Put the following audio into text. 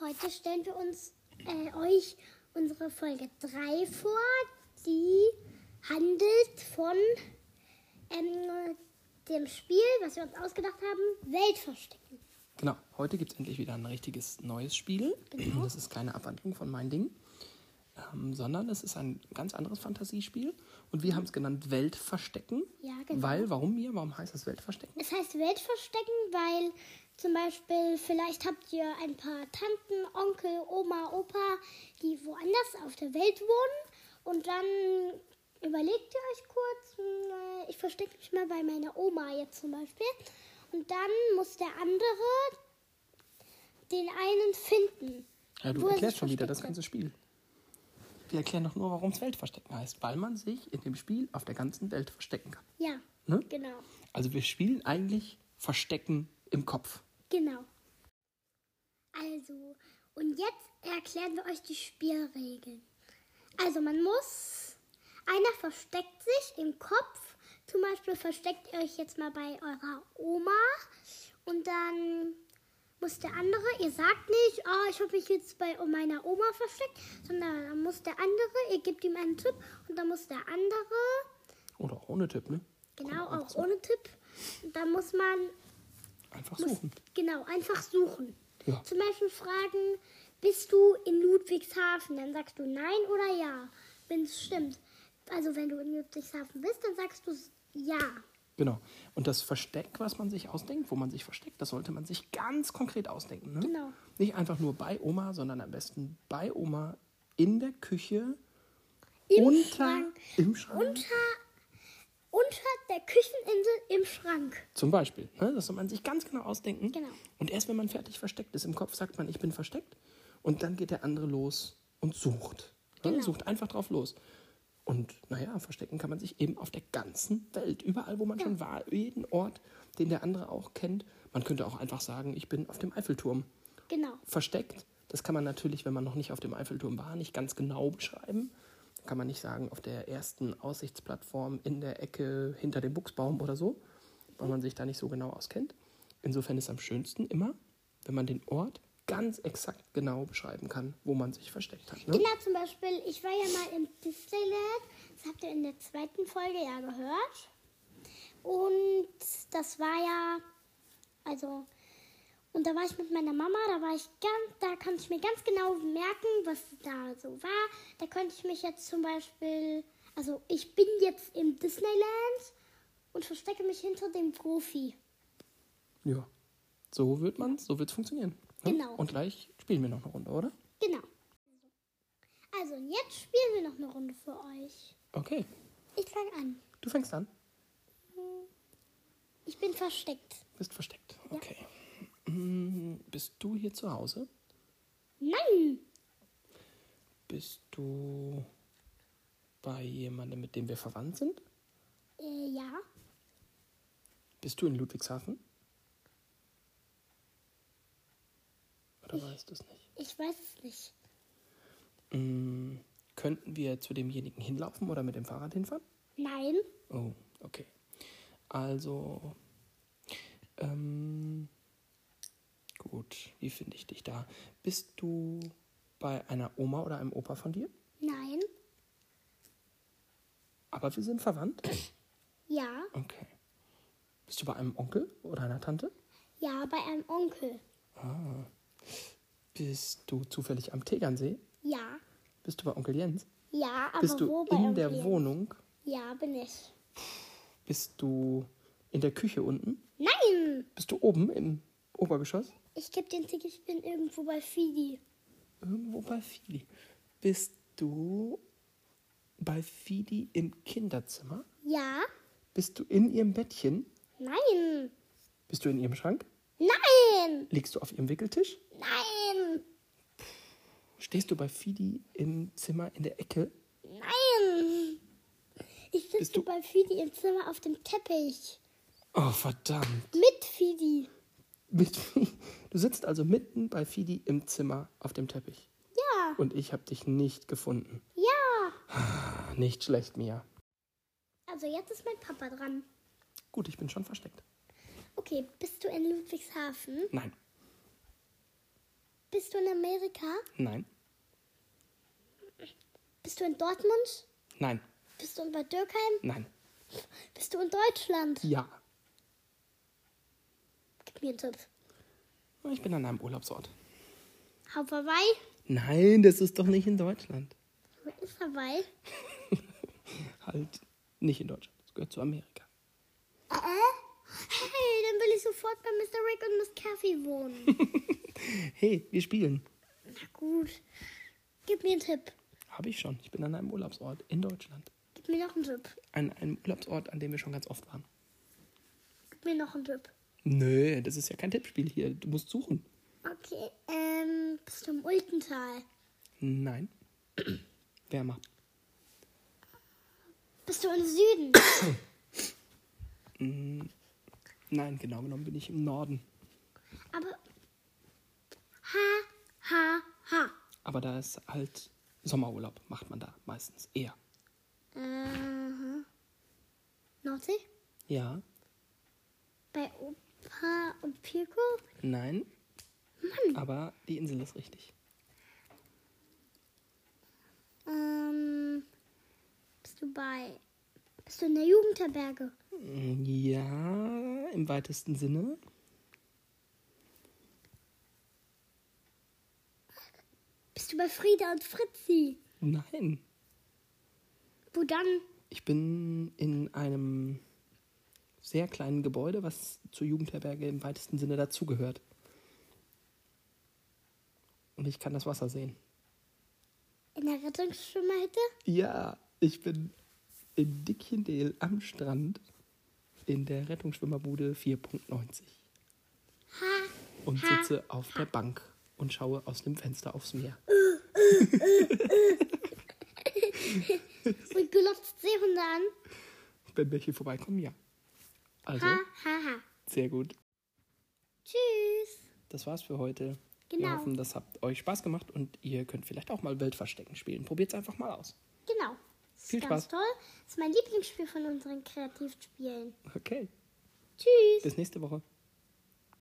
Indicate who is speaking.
Speaker 1: Heute stellen wir uns äh, euch unsere Folge 3 vor, die handelt von ähm, dem Spiel, was wir uns ausgedacht haben, Welt verstecken.
Speaker 2: Genau, heute gibt es endlich wieder ein richtiges neues Spiel.
Speaker 1: Genau.
Speaker 2: Das ist keine Abwandlung von mein Ding, ähm, sondern es ist ein ganz anderes Fantasiespiel. Und wir haben es genannt Welt verstecken.
Speaker 1: Ja, genau.
Speaker 2: Weil, warum mir? Warum heißt das Welt verstecken?
Speaker 1: Es heißt Welt verstecken, weil zum Beispiel vielleicht habt ihr ein paar Tanten, Onkel, Oma, Opa, die woanders auf der Welt wohnen. Und dann überlegt ihr euch kurz, hm, äh, ich verstecke mich mal bei meiner Oma jetzt zum Beispiel. Und dann muss der andere den einen finden.
Speaker 2: Ja, du
Speaker 1: wo er
Speaker 2: erklärst
Speaker 1: sich
Speaker 2: schon wieder
Speaker 1: versteckt
Speaker 2: das
Speaker 1: hat.
Speaker 2: ganze Spiel. Wir erklären doch nur, warum es Welt verstecken heißt. Weil man sich in dem Spiel auf der ganzen Welt verstecken kann.
Speaker 1: Ja,
Speaker 2: Ne?
Speaker 1: genau.
Speaker 2: Also wir spielen eigentlich Verstecken im Kopf.
Speaker 1: Genau. Also, und jetzt erklären wir euch die Spielregeln. Also, man muss, einer versteckt sich im Kopf. Zum Beispiel versteckt ihr euch jetzt mal bei eurer Oma und dann muss der andere, ihr sagt nicht, oh, ich habe mich jetzt bei meiner Oma versteckt, sondern dann muss der andere, ihr gebt ihm einen Tipp und dann muss der andere
Speaker 2: Oder auch ohne Tipp, ne?
Speaker 1: Genau, auch ohne Tipp. Da muss man
Speaker 2: Einfach
Speaker 1: muss,
Speaker 2: suchen.
Speaker 1: genau einfach suchen.
Speaker 2: Ja.
Speaker 1: Zum Beispiel fragen, bist du in Ludwigshafen? Dann sagst du nein oder ja, wenn es stimmt. Also wenn du in Ludwigshafen bist, dann sagst du s- ja.
Speaker 2: Genau. Und das Versteck, was man sich ausdenkt, wo man sich versteckt, das sollte man sich ganz konkret ausdenken. Ne?
Speaker 1: Genau.
Speaker 2: Nicht einfach nur bei Oma, sondern am besten bei Oma in der Küche,
Speaker 1: Im
Speaker 2: unter
Speaker 1: Schrank.
Speaker 2: im Schrank.
Speaker 1: Unter, unter der Kücheninsel im Schrank.
Speaker 2: Zum Beispiel. Ne? Das soll man sich ganz genau ausdenken.
Speaker 1: Genau.
Speaker 2: Und erst wenn man fertig versteckt ist, im Kopf sagt man, ich bin versteckt. Und dann geht der andere los und sucht. Ne?
Speaker 1: Genau.
Speaker 2: Sucht einfach drauf los. Und naja, verstecken kann man sich eben auf der ganzen Welt. Überall, wo man schon war, jeden Ort, den der andere auch kennt. Man könnte auch einfach sagen, ich bin auf dem Eiffelturm
Speaker 1: Genau.
Speaker 2: versteckt. Das kann man natürlich, wenn man noch nicht auf dem Eiffelturm war, nicht ganz genau beschreiben. Kann man nicht sagen, auf der ersten Aussichtsplattform in der Ecke hinter dem Buchsbaum oder so, weil man sich da nicht so genau auskennt. Insofern ist am schönsten immer, wenn man den Ort ganz exakt genau beschreiben kann, wo man sich versteckt hat. Ne?
Speaker 1: Kinder zum Beispiel, ich war ja mal im Disneyland. Das habt ihr in der zweiten Folge ja gehört. Und das war ja, also, und da war ich mit meiner Mama, da war ich ganz, da konnte ich mir ganz genau merken, was da so war. Da konnte ich mich jetzt zum Beispiel, also ich bin jetzt im Disneyland und verstecke mich hinter dem Profi.
Speaker 2: Ja. So wird man, so wird es funktionieren. Ne?
Speaker 1: Genau.
Speaker 2: Und gleich spielen wir noch eine Runde, oder?
Speaker 1: Genau. Also, und jetzt spielen wir noch eine Runde für euch.
Speaker 2: Okay.
Speaker 1: Ich fange an.
Speaker 2: Du fängst an.
Speaker 1: Ich bin versteckt.
Speaker 2: Bist versteckt. Okay. Mm, Bist du hier zu Hause?
Speaker 1: Nein,
Speaker 2: Bist du bei jemandem, mit dem wir verwandt sind?
Speaker 1: Äh, ja.
Speaker 2: Bist du in Ludwigshafen? Oder weißt du es nicht?
Speaker 1: Ich weiß es nicht.
Speaker 2: Mm, könnten wir zu demjenigen hinlaufen oder mit dem Fahrrad hinfahren?
Speaker 1: Nein.
Speaker 2: Oh, okay. Also, ähm, gut, wie finde ich dich da? Bist du bei einer Oma oder einem Opa von dir?
Speaker 1: Nein.
Speaker 2: Aber wir sind verwandt?
Speaker 1: Ja.
Speaker 2: Okay. Bist du bei einem Onkel oder einer Tante?
Speaker 1: Ja, bei einem Onkel.
Speaker 2: Bist du zufällig am Tegernsee?
Speaker 1: Ja.
Speaker 2: Bist du bei Onkel Jens?
Speaker 1: Ja, aber
Speaker 2: Bist
Speaker 1: wo
Speaker 2: du
Speaker 1: bei
Speaker 2: in
Speaker 1: Onkel
Speaker 2: der
Speaker 1: Jens?
Speaker 2: Wohnung?
Speaker 1: Ja, bin ich.
Speaker 2: Bist du in der Küche unten?
Speaker 1: Nein!
Speaker 2: Bist du oben im Obergeschoss?
Speaker 1: Ich gebe den Tick, ich bin irgendwo bei Fidi.
Speaker 2: Irgendwo bei Fidi. Bist du bei Fidi im Kinderzimmer?
Speaker 1: Ja?
Speaker 2: Bist du in ihrem Bettchen?
Speaker 1: Nein!
Speaker 2: Bist du in ihrem Schrank?
Speaker 1: Nein!
Speaker 2: Liegst du auf ihrem Wickeltisch?
Speaker 1: Nein!
Speaker 2: Stehst du bei Fidi im Zimmer in der Ecke?
Speaker 1: Nein! Ich
Speaker 2: Bist
Speaker 1: sitze
Speaker 2: du-
Speaker 1: bei Fidi im Zimmer auf dem Teppich.
Speaker 2: Oh, verdammt.
Speaker 1: Mit Fidi.
Speaker 2: Mit, du sitzt also mitten bei Fidi im Zimmer auf dem Teppich.
Speaker 1: Ja.
Speaker 2: Und ich habe dich nicht gefunden.
Speaker 1: Ja.
Speaker 2: Nicht schlecht, Mia.
Speaker 1: Also jetzt ist mein Papa dran.
Speaker 2: Gut, ich bin schon versteckt.
Speaker 1: Okay, bist du in Ludwigshafen?
Speaker 2: Nein.
Speaker 1: Bist du in Amerika?
Speaker 2: Nein.
Speaker 1: Bist du in Dortmund?
Speaker 2: Nein.
Speaker 1: Bist du in Bad Dürkheim?
Speaker 2: Nein.
Speaker 1: Bist du in Deutschland?
Speaker 2: Ja.
Speaker 1: Gib mir einen Tipp.
Speaker 2: Ich bin an einem Urlaubsort.
Speaker 1: Hau vorbei.
Speaker 2: Nein, das ist doch nicht in Deutschland.
Speaker 1: Wo ist vorbei?
Speaker 2: Halt nicht in Deutschland. Das gehört zu Amerika.
Speaker 1: Äh? Hey, dann will ich sofort bei Mr. Rick und Miss Kathy wohnen.
Speaker 2: Hey, wir spielen.
Speaker 1: Na gut. Gib mir einen Tipp.
Speaker 2: Habe ich schon. Ich bin an einem Urlaubsort in Deutschland.
Speaker 1: Gib mir noch einen Tipp.
Speaker 2: An einem Urlaubsort, an dem wir schon ganz oft waren.
Speaker 1: Gib mir noch einen Tipp.
Speaker 2: Nö, das ist ja kein Tippspiel hier. Du musst suchen.
Speaker 1: Okay, ähm, bist du im Ultental?
Speaker 2: Nein. Wärmer.
Speaker 1: Bist du im Süden?
Speaker 2: Nein, genau genommen bin ich im Norden.
Speaker 1: Aber. Ha, ha, ha.
Speaker 2: Aber da ist halt Sommerurlaub, macht man da meistens eher.
Speaker 1: Aha. Äh, Nordsee?
Speaker 2: Ja.
Speaker 1: Bei Opa und Pirko?
Speaker 2: Nein. Aber die Insel ist richtig.
Speaker 1: Ähm, bist du bei. Bist du in der Jugendherberge?
Speaker 2: Ja, im weitesten Sinne.
Speaker 1: Bist du bei Frieda und Fritzi?
Speaker 2: Nein.
Speaker 1: Wo dann?
Speaker 2: Ich bin in einem sehr kleinen Gebäude, was zur Jugendherberge im weitesten Sinne dazugehört. Und ich kann das Wasser sehen.
Speaker 1: In der Rettungsschwimmerhütte?
Speaker 2: Ja, ich bin in Dickchendeel am Strand in der Rettungsschwimmerbude 4.90
Speaker 1: Ha.
Speaker 2: und sitze auf der Bank und schaue aus dem Fenster aufs Meer.
Speaker 1: Und du läufst Seehunde an?
Speaker 2: Wenn welche vorbeikommen, ja. Also,
Speaker 1: Ha, ha, ha.
Speaker 2: sehr gut.
Speaker 1: Tschüss.
Speaker 2: Das war's für heute. Wir
Speaker 1: Genau.
Speaker 2: hoffen, das hat euch Spaß gemacht und ihr könnt vielleicht auch mal Weltverstecken spielen. Probiert's einfach mal aus.
Speaker 1: Genau. Ist
Speaker 2: Viel
Speaker 1: ganz
Speaker 2: Spaß.
Speaker 1: toll. Ist mein Lieblingsspiel von unseren Kreativspielen.
Speaker 2: Okay,
Speaker 1: Tschüss.
Speaker 2: bis nächste Woche.